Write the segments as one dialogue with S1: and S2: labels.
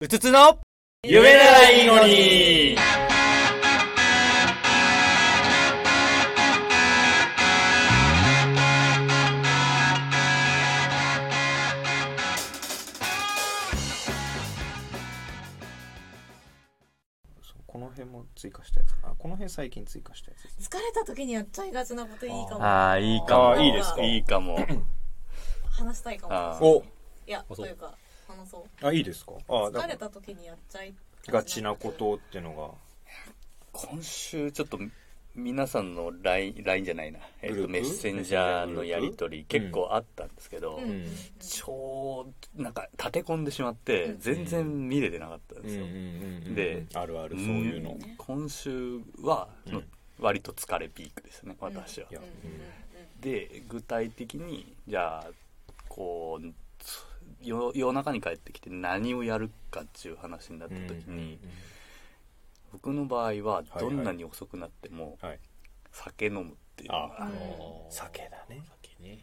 S1: うつつの
S2: 夢ならいいのに
S3: この辺も追加したやつかなこの辺最近追加したやつです
S4: 疲れた時にやっちゃいがちなこといいかも。
S2: ああ、いいか
S4: あ
S2: も。
S4: ーいいですか
S2: いいかも。
S4: 話したいか
S2: あ
S4: も。
S2: ー
S3: お
S4: いや、
S1: あそ
S4: と
S1: う
S4: いうか、話そう。
S3: あいいですかあだ
S4: 疲
S3: か
S4: れ
S3: ら
S4: た時にやっちゃい
S3: ガチなこ。とってのが
S2: 今週、ちょっと、皆さんの LINE、LINE じゃないな。えっ
S3: グルー
S2: と、
S3: プ
S2: メッセンジャーのやりとり、
S3: グル
S2: 結
S3: ープ
S2: 構あったんですけど
S4: う、ん。
S2: ちょう、なんか、立て込んでしまって、全然見れてなかったんですよ。うんで
S3: あるある
S2: う
S3: そ
S2: ん
S3: ういうの
S2: 今週は、
S3: うん
S2: 割と疲れピークですね、私は。
S3: いや
S2: で具体的にじゃあこうつ夜夜中に帰ってきて何をやるかっていう話になった時に、僕の場合はどんなに遅くなっても
S3: はい
S2: 酒飲むっていうの
S3: あ
S2: が
S4: の
S3: 酒だね
S4: 酒ね。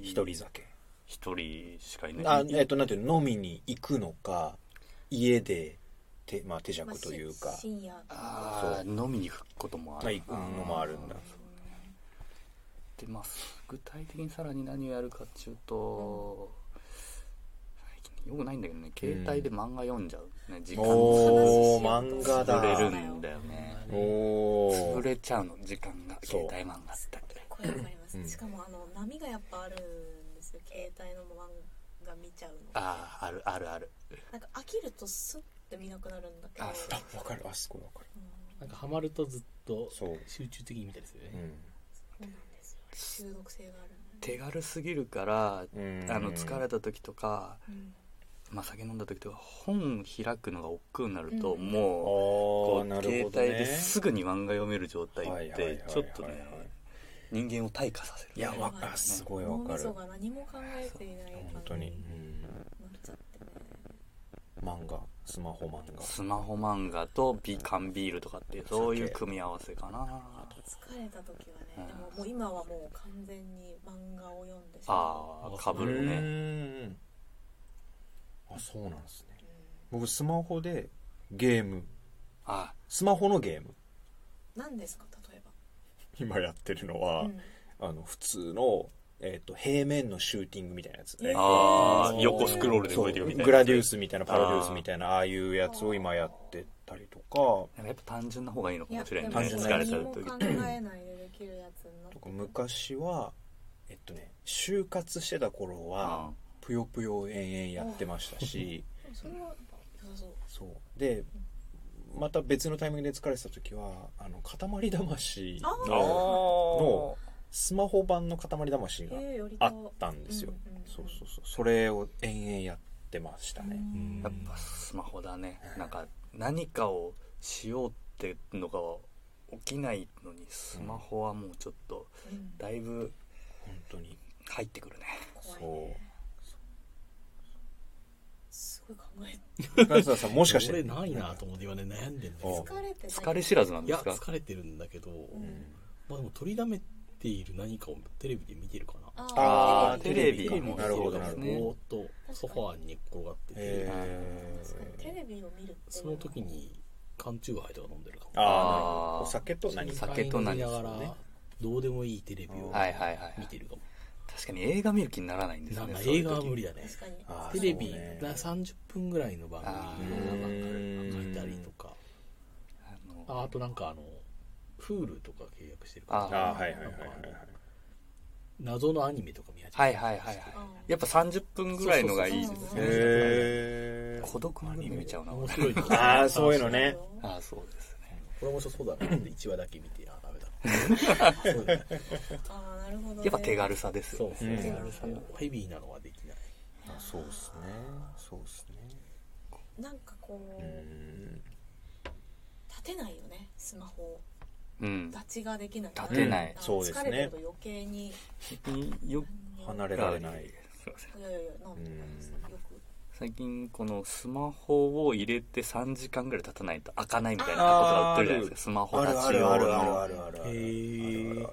S3: 一人酒
S2: 一人しかいない
S3: あえっとなんていうの飲みに行くのか家で手まあ手
S4: ま
S3: 酌
S4: あ
S3: というか
S4: し深夜。
S2: あー飲みに行くこともある
S3: まあ行くのもあるんだ
S2: でまあ具体的にさらに何をやるかっていうと、最近よくないんだけどね携帯で漫画読んじゃう、ね時間
S3: おー漫画
S2: 潰れ
S3: だ
S2: るんだよね
S3: お
S2: 潰
S3: お
S2: れちゃうの時間が
S3: そ
S2: 携
S3: う
S2: 帯漫画って
S4: 声わかりま
S3: うん
S4: す。しかも、あの、波がやっぱあるんですよ。携帯の漫画見ちゃうの。
S2: あああるあるある
S4: なんか飽きるとスッて見なくなるんだけど
S2: あ。そう
S3: わかるあすごいわかる
S1: なんかハマるとずっと
S3: そう
S1: 集中的に見たりするよ
S3: う
S1: ね。
S3: ん
S4: うんそうなんですよ。中毒性があるんだよ
S2: 手軽すぎるから、
S3: うん
S2: あの疲れた時とか、
S4: うん
S2: まあ、酒飲んだ時とか本開くのが億劫になると、
S4: うん
S3: あ
S2: もうこ
S3: ー
S2: う
S3: なる
S2: 携
S3: ほ
S2: 帯
S3: どね
S2: ですぐに漫画読める状態
S3: はい
S2: っ
S3: はいはいはい
S2: て
S3: はい
S2: ちょっとね人間を退化させる
S3: いやわ
S4: わかる
S3: あすごいわ
S4: 脳
S3: か
S4: み
S3: る
S4: そが何も考えていない感じ
S3: 本当に、
S4: なっちゃってね
S3: うん、漫画スマホ漫
S2: スマホ漫画と美缶ビールとかっていうそういう組み合わせかな
S4: 疲れた時はね、
S2: うん
S4: でももう今はもう完全に漫画を読んでしま
S2: ああ
S3: 画
S2: かぶるね
S3: ねあそうなんですね僕スマホでゲーム
S2: あ
S3: スマホのゲーム
S4: う何ですか例え
S3: 今やってるの
S4: ば、
S3: は、
S4: うん
S3: あの普通の、えっと平面のシューティングみたいなやつ、
S4: えー
S2: あ
S3: そ
S2: ー
S3: う
S2: 横スクロールで
S3: そ
S2: 動
S3: う
S2: いてるみたいな
S3: グラデュースみたいなパラデュースみたいなああいうやつを今やってたりとか
S2: なんかやっぱ単純な方がいいのか
S4: いや
S2: もしれ
S4: で
S2: な
S4: も
S2: い
S3: 単純
S2: ね疲
S3: な
S2: れ
S4: 何
S2: ちゃう
S4: も
S2: 時
S4: 考えないでできるやつになって
S3: とか昔はえっとね就活してた頃は
S2: あ
S3: ぷよぷよを延々やってましたし
S4: でもそれはやっぱ良さそう
S3: そうでまた別のタイミングで疲れてた時は「あの塊魂
S4: あ
S2: ー
S4: ー
S3: の」
S2: の
S3: スマホ版の「塊魂」が
S4: えー、よりと
S3: あったんですよ、
S4: うんうんうん
S3: そうそうそうそれを延々やってました
S4: う
S3: ね、
S4: ん
S2: やっぱスマホだねなんか何かをしようってのが起きないのにスマホはもうちょっと
S4: うん
S2: だいぶ
S3: 本当に
S2: 入ってくるね
S4: 怖
S3: そ
S4: いねすごい考え
S3: う金沢さんもしかし
S1: 俺
S3: て
S1: ないなと思って今ね悩んでるんだ
S3: お
S1: よ。
S4: 疲れてない
S2: 疲れ知らずなん
S1: い
S2: で
S1: や
S2: すか
S1: 疲れてるんだけど、
S3: ん
S1: まあでも取りだめている何かをテレビで見てるかな。
S3: あー
S2: テレビ
S3: テレビ
S2: も
S3: なるほ
S2: そう
S3: ど
S2: で
S3: な
S2: す
S3: るほど
S1: ぼー
S2: ね
S1: っとソファーに転がってて、
S3: え
S4: 確かにテ
S3: ー、
S4: レビを見るっていう
S1: その時に缶チューハイとか飲んでるかも。
S3: あ
S2: あー
S3: あお酒と何
S2: か
S3: か
S2: 酒と何
S1: 飲みなが
S2: ですよね
S1: らどうでもいいテレビを
S2: はいはいはい
S1: 見てるかも。
S2: 確かに映画見る気にならないんです
S1: な
S2: よ
S1: ん
S2: ね
S1: か
S2: そうい
S1: 映
S2: う時
S1: 画は無理だね。
S4: 確かに
S3: あー
S1: テレビ
S3: そうね
S1: が30分ぐらいの番組をなんか書いたりとか
S2: あの
S1: ああとなんかあの Hulu とか契約してる
S3: あ
S1: か
S3: ー
S1: ら
S3: はいはいはいはいはい
S1: 謎のアニメとか見始めた
S2: は
S1: り
S2: い
S1: とか
S2: はいはいはい
S4: うん
S2: やっぱ30分ぐらいのがいいで
S4: そう
S2: す
S4: そうそう
S2: ね
S3: へえ
S2: 孤独のグルメ見ちゃうな
S1: 面
S2: 俺
S1: 白いの
S3: ああそういうのね
S2: ああそうですね
S1: これ面白そうだなって1話だけ見てあダメだそうだね
S4: ああなるほど、ね、
S2: やっぱ手軽さです
S1: そ
S2: よ
S1: う
S2: ね
S1: そう
S3: うん
S1: 手軽さもヘビーなのはできない
S3: あそうっすねそうっすね
S4: なんかこう、
S3: うん
S4: 立てないよねスマホ
S2: うん
S4: 立ちができない
S2: 立てない
S4: んか
S3: そうですね
S4: 疲れてると余計に
S2: よ
S3: 離れられない
S2: すいません
S4: いやいやいやなんとかですよく
S2: 最近このスマホを入れて3時間ぐらい経たないと開かないみたいなことが売ってるじゃないですかスマ
S3: あ
S2: ホ立
S3: るあ
S2: ち
S3: る
S2: 用
S3: あるある
S2: の
S3: あるあるあるあるあるある
S1: へえ
S2: それ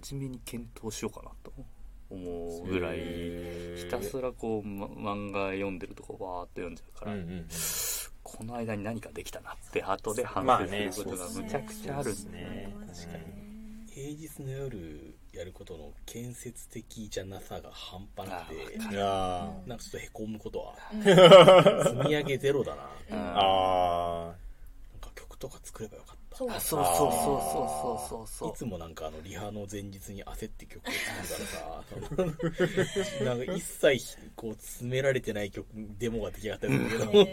S2: 真面目に検討しようかなと思うぐらい
S3: へー
S2: ひたすらこう、ま漫画読んでるとこわーって読んじゃうか
S3: うん
S2: ら、
S3: うんうん
S2: この間に何かできたなって後で反
S3: まあ
S2: 省す
S3: ね
S2: ることがむちゃくちゃあるん
S3: そう
S2: で
S3: ですね
S4: 確かに
S1: 平日の夜やることの建設的じゃなさが半端なくて
S3: いやー
S1: なんかちょっとへこむことは積み上げゼロだななん
S2: うん
S3: あ
S1: か曲とか作ればよかった
S4: そう
S2: あそうそうそうそうそうそうそう
S1: いつもなんかあのリハの前日に焦って曲を作るからさ そのなんか一切こう詰められてない曲デモが出来上がったんだけど
S4: いやい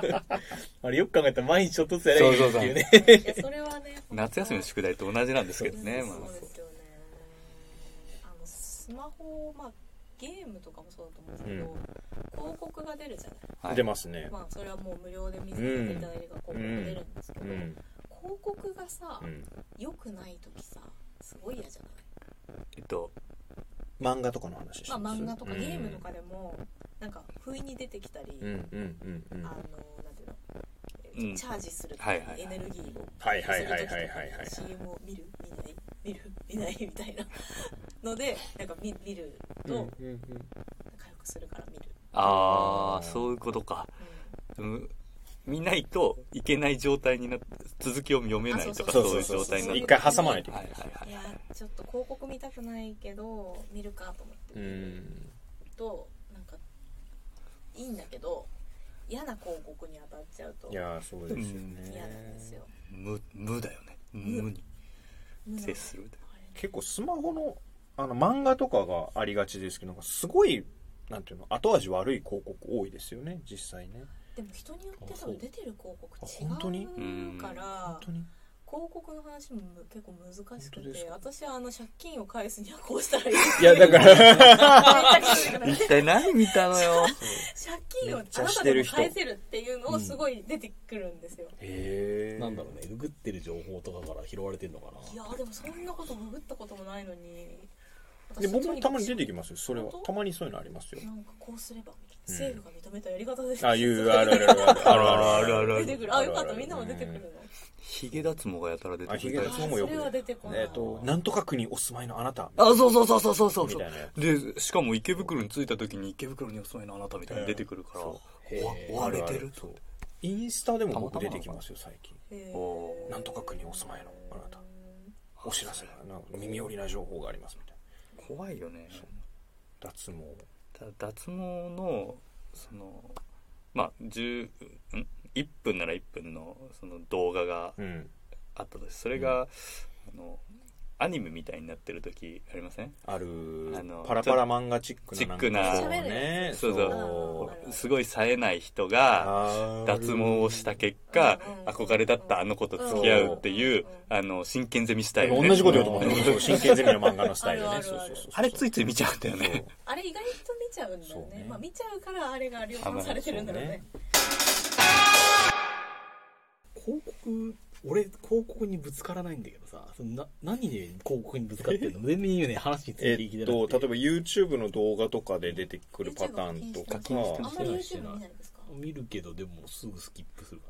S4: やいや
S1: あれよく考えたら毎日ちょっとずつやればいいっていうね
S4: いやそれはね
S2: 夏休みの宿題と同じなんですけどね
S4: そ
S2: ま
S4: うで
S2: あ
S4: すよねあのスマホまあゲームとかもそうだと思うんですけど、広告が出るじゃない
S3: あ
S2: はい
S3: 出ますね
S4: まあそれはもう無料で見せていただいてが広告出るんですけ
S3: う
S4: ど、
S3: ん
S4: 広告がさ
S3: うん
S4: 良くない時さすごい嫌じゃない
S2: えっと
S3: 漫画とかの話し
S4: ま
S3: ま
S4: あ、
S3: す
S4: 漫画とか
S3: うん
S4: ゲームとかでもなんか不意に出てきたり、
S3: うんうんうんう
S4: あ
S3: ん
S4: のなんていうの、
S2: うん
S4: チャージする
S2: はいはいはい
S4: エネルギーを
S3: はい
S4: す
S3: はい
S4: る
S3: はい
S4: 時と
S3: はい
S4: か
S3: はいはい
S4: CM を見る見ない見る見ないみたいなのでなんか 見見ると
S3: うん
S4: 仲
S3: うんうん
S4: 良くするから見る、
S2: ああそういうことかうん見ないといけない状態になって続きを読めないとか
S4: あそ
S2: そうう
S4: そう
S2: いう
S4: そう
S2: 状態になっ
S4: そうそうそう
S2: て
S3: 一回挟まないといけ
S2: は
S3: ないい
S2: はいはい
S4: いやちょっと広告見たくないけど見るかと思って
S3: う
S4: 見る
S3: ん
S4: と、なんかいいんだけど嫌な広告に当たっちゃうと
S3: いやーそうですよね
S4: 嫌なんですよ
S2: 無無だよね無に
S4: 無
S2: 接 する
S4: あれ
S3: 結構スマホのあの漫画とかがありがちですけどなんかすごいなんていうの後味悪い広告多いですよね実際ね
S4: でも人によって
S1: あ
S4: 多
S1: そう
S4: 分出てる広告
S3: あ本当に
S4: 違うから
S3: 本当に
S4: 広告の話も結構難しく
S3: 本当です
S4: て
S3: か
S4: 私はあの借金を返すにはこうしたらいい
S3: いやだ から
S2: 一体何見たのよ
S4: 借金をあ
S3: め
S4: な
S3: っちゃしたて
S4: で
S3: る
S4: も
S3: 人
S4: 返せるっていうのをすごい出てくるんですよ、
S3: へえ
S1: なんだろうねえぐってる情報とかから拾われてんのかない
S4: やでもそんなことググったこともないのに
S3: で僕もたまに出てき
S4: ま
S3: ますよそれは
S4: 本
S3: た
S4: 当
S3: まにそういうのありますよ
S4: なんかこうすれば政府が認めたやり方です、
S3: あいうあるあるあるあるあるある
S2: あ
S4: 出てくるあよかったみんなも出てくるの
S2: ヒゲ脱毛がやたら出て
S3: あヒゲ
S2: た
S3: 脱
S2: り
S3: 毛そうもよく
S4: れは出てこない、
S3: えっとなんとか国お住まいのあなた
S2: あ、そうそうそうそうそうそう
S3: み
S2: そ
S3: たいなや
S2: う。で、しかも池袋に着いた時に池袋にお住まいのあなたみたいに出てくるから、
S3: うん
S2: わ
S1: へー
S2: 追われてる
S3: そう
S2: と。
S3: インスタでも僕出てきますよ最近
S4: へ
S2: お
S4: ー
S3: なんとか国お住まいのあなたお知らせがなんか耳寄りな情報がありますみたい
S2: 怖いよね。
S3: な脱毛
S2: ただ脱毛の、その、まあ、10、ん ?1 分なら1分のその動画が
S3: うん
S2: あったとし、それが、あの、アニメみたいになってる時ありません
S3: ある
S2: あの
S3: パラパラ漫画チックななんか
S2: チックな
S3: そうね
S2: そうそう
S4: そう
S3: う
S2: すごい冴えない人が、脱毛をした結果
S4: うんうん、
S2: 憧れだったあの子と付き合うっていう
S4: うん、
S2: あの、真剣ゼミした
S3: だ
S2: い、
S3: よね同じこと言おうと思っ
S2: っ
S3: てたそう真剣ゼミの漫画のスタイルね
S4: あるある
S3: そう
S4: あ
S3: そ
S4: る
S3: うそう
S2: あれついつい見ちゃうんだよね。
S4: あれ意外と見ちゃうんだよ
S3: そう
S4: ね
S3: ね
S4: まあ見ちゃうからあれが量産されてるんだろうね
S1: 広告俺広告にぶつからないんだけどさそのな何で広告にぶつかって るの全然いいよね話につ
S3: え
S1: いていけ
S3: って
S1: な
S3: と
S1: くて
S3: 例えば YouTube の動画とかで出てくるパターンと
S4: 課
S3: か
S4: あんまり YouTube 見ないですか
S1: 見るけどでもすぐスキップするか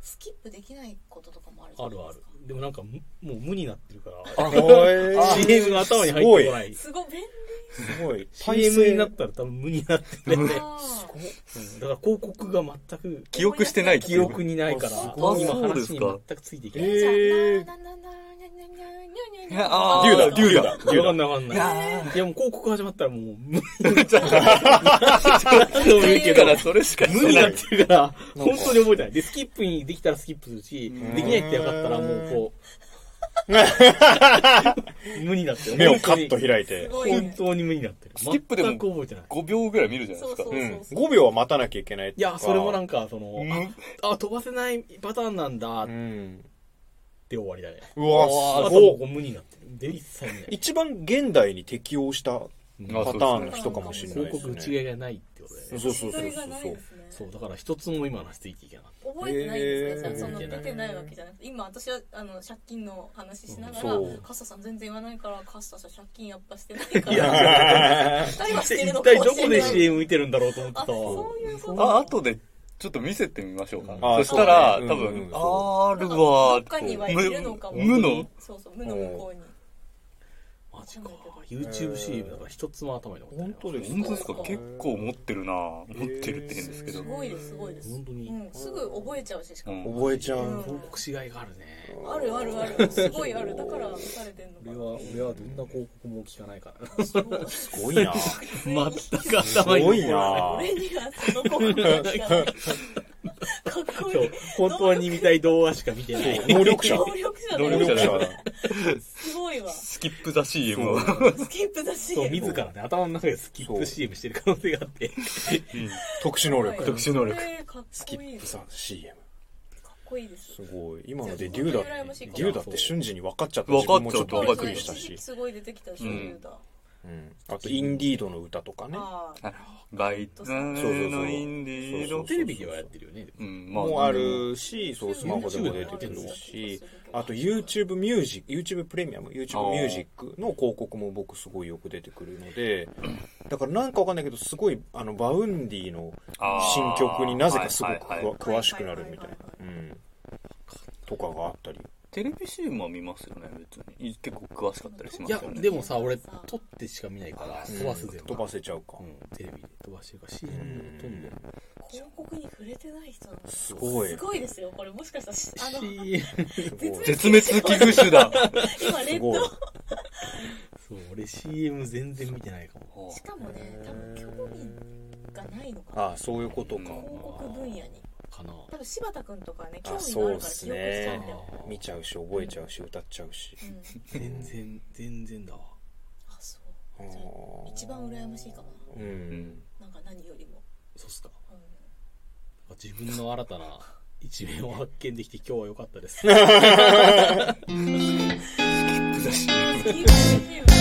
S4: スキップできないこととかもあるじ
S1: ら
S4: ゃ
S1: あ
S4: ない
S1: る
S4: です
S1: ある
S4: か
S1: でもなんかむもう無になってるから
S3: あへ
S1: あ
S3: ー
S1: CM が頭に入ってこない
S4: すごい便利
S3: すごい
S1: CM になったら多分無になってて、うんだか
S4: な
S1: ら広告が全く
S2: 記憶してない
S1: 記憶にないから
S3: あ
S1: 今
S3: そう
S1: 話に全くついていけない
S3: え
S4: じゃあ
S3: へー
S4: なななななななななな
S2: い
S4: な
S2: や
S4: あ
S2: あ
S3: 竜だ竜だ
S1: わ
S3: 竜
S1: か
S3: だ
S1: んないわかんない
S2: いや
S1: いやもう広告始まったらもう無
S2: そう言うけど、それしか
S1: 無になってるから、
S3: なんか
S1: 本当に覚えてない。で、スキップにできたらスキップするし、できないって分かったらもうこう、 無になってる。
S3: 目をカッと開いて
S4: すごい
S1: 本
S4: ね
S1: 当に無になってる。
S2: スキップでも
S1: 全く覚えてない。
S2: 5秒ぐらい見るじゃないですか。
S4: そう
S3: う
S4: そ
S3: ん
S4: うそう
S3: 5秒は待たなきゃいけないとか
S1: いや、それもなん
S3: か
S1: んか、その、あ、あ飛ばせないパターンなんだっ
S3: うん
S1: て終わりだね。
S3: う
S1: あ
S3: わす
S1: とも
S3: ご
S1: う
S3: い
S1: こ
S3: う
S1: 無になってる。で、一切見ない。
S3: 一番現代に適応したパタ
S2: あそうですね
S3: ーンの人かもしれな
S1: 広
S3: いです
S1: 告打ち
S3: ね
S1: 上げがないってことだよ
S3: そう
S1: ね。
S3: そうそう
S4: そ
S3: そう
S4: れ
S3: そ
S4: が
S3: う
S4: ないですね
S1: そう、だから一つも今の話ついていけなかっ
S4: 覚えてないんですね、
S3: えー
S4: その出てないわけじゃなくて今私はあの借金の話しながら
S3: そう
S4: カッサさん全然言わないからカッサさん借金やっぱしてないか
S1: い
S4: ら
S1: や
S4: 二人はして
S1: た。
S4: るの
S1: 一
S4: か
S1: 体
S4: も
S1: ど
S4: し
S1: こ
S4: れ
S1: で
S4: ない
S1: CM 見てるんだろうと思って
S4: あ
S1: たわ。
S4: そういうこと
S2: あ、後で、ちょっと見せてみましょうか。
S3: あ
S2: そしたら、
S3: そう
S2: 多
S3: だね
S2: 分、
S3: うんうん
S2: ある
S4: ど
S2: わ
S4: っかにはいるのかも
S2: 無無の
S4: そうそう無の向こうに
S1: あマジか
S4: わかんないけ
S1: YouTubeCM だから一つも頭に残ってない
S3: 本当です
S2: 本当ですか
S4: そう
S2: 結構持ってるな持ってるって変ですけ
S4: す
S2: ど、
S4: ごいですすごいです、
S1: 本当に
S4: うん、すぐ覚えちゃうししかも、
S2: うん
S3: 覚えちゃう、
S4: うん
S1: 報告しがいがあるね
S4: あるあるあるすごいあるだから打たれてんのか
S1: 俺
S4: な
S1: は俺はどんな広告も聞かないから
S4: そう
S3: すごいな
S1: 全く
S3: す
S1: 頭に
S3: ご
S1: 残
S3: い
S1: らない
S3: な
S4: 俺にはその子が聞かないかっこいい
S1: 本当に見たい動画しか見てない
S3: 能力者
S4: 能力者
S2: 能
S3: 能
S4: だ
S3: 力
S4: よ
S2: 力
S3: 者
S2: 者
S3: だ
S2: だ
S4: すごいわ
S2: スキップ・ザ・ CM を、
S4: スキップだし
S1: そう自らね頭の中でスキップ CM してる可能性があって
S2: うん
S3: 特殊能
S4: は
S3: 力
S4: い
S2: 特殊能力
S4: これかっ
S3: スキ
S4: こいい
S3: ップさん CM
S4: かっこいいです
S3: すごい今ので竜だって
S4: いや
S3: 竜だって瞬時に分かっちゃった
S2: 分かっちゃっ
S3: 自分も
S2: た
S3: ちょっとびっくりしたし、
S4: すごい出てきたし、
S2: うん
S4: ユーダ
S3: うん、あとインディードの歌とかね
S4: ああ
S2: バイトのインディー
S3: そうそう
S2: の
S1: テレビではやってるよね
S2: うんま
S3: もあるしそうスマホでも出てく
S1: YouTube でも
S3: る
S1: 出て
S3: しあと YouTube ミュージック YouTube プレミアム YouTube ミュージックの広告も僕すごいよく出てくるのでだからなんかわかんないけどすごいあのバウンディの
S2: あー
S3: 新曲になぜかすごく
S2: はいはいはい
S3: 詳詳しくなるみたいな、うん、とかがあったり
S2: テレビ CM は見ますよね別にい結構詳しかったりしま
S1: い
S2: す
S1: や
S2: よね
S1: でもさ俺撮ってしか見ないから飛ばすぜ
S3: うん飛ばせちゃうか、
S1: うんテレビで飛ばしてるから CM ほとんど
S4: 広告に触れてない人なんだ
S3: すごい
S4: すごいですよこれもしかした らあの
S1: CM
S2: 絶滅危惧種だ
S4: 今レ
S3: す
S4: ッド
S3: ごい
S1: そう俺 CM 全然見てないかも
S4: しかもね多分興味がないのかな
S3: ああそういうことか、
S2: うん
S4: 広告分野に
S1: かな
S4: 多分柴田君とかね興
S3: あ
S4: 味があ
S3: そう
S4: る
S3: っ
S4: から
S3: す
S4: 記憶しちゃう
S3: ね
S4: んだよ、
S3: 見ちゃうし覚えちゃうし歌っちゃうし、
S4: うん、
S1: 全然全然だわ
S4: あそう
S3: あ
S4: じゃあ
S3: ー
S4: 一番羨ましいかも
S3: う
S2: うんん
S4: ななんか何よりも、
S1: そうっすか
S4: うん
S1: 自分の新たな一面を発見できて今日は良かったです
S2: 複雑しい
S4: いいわいいわ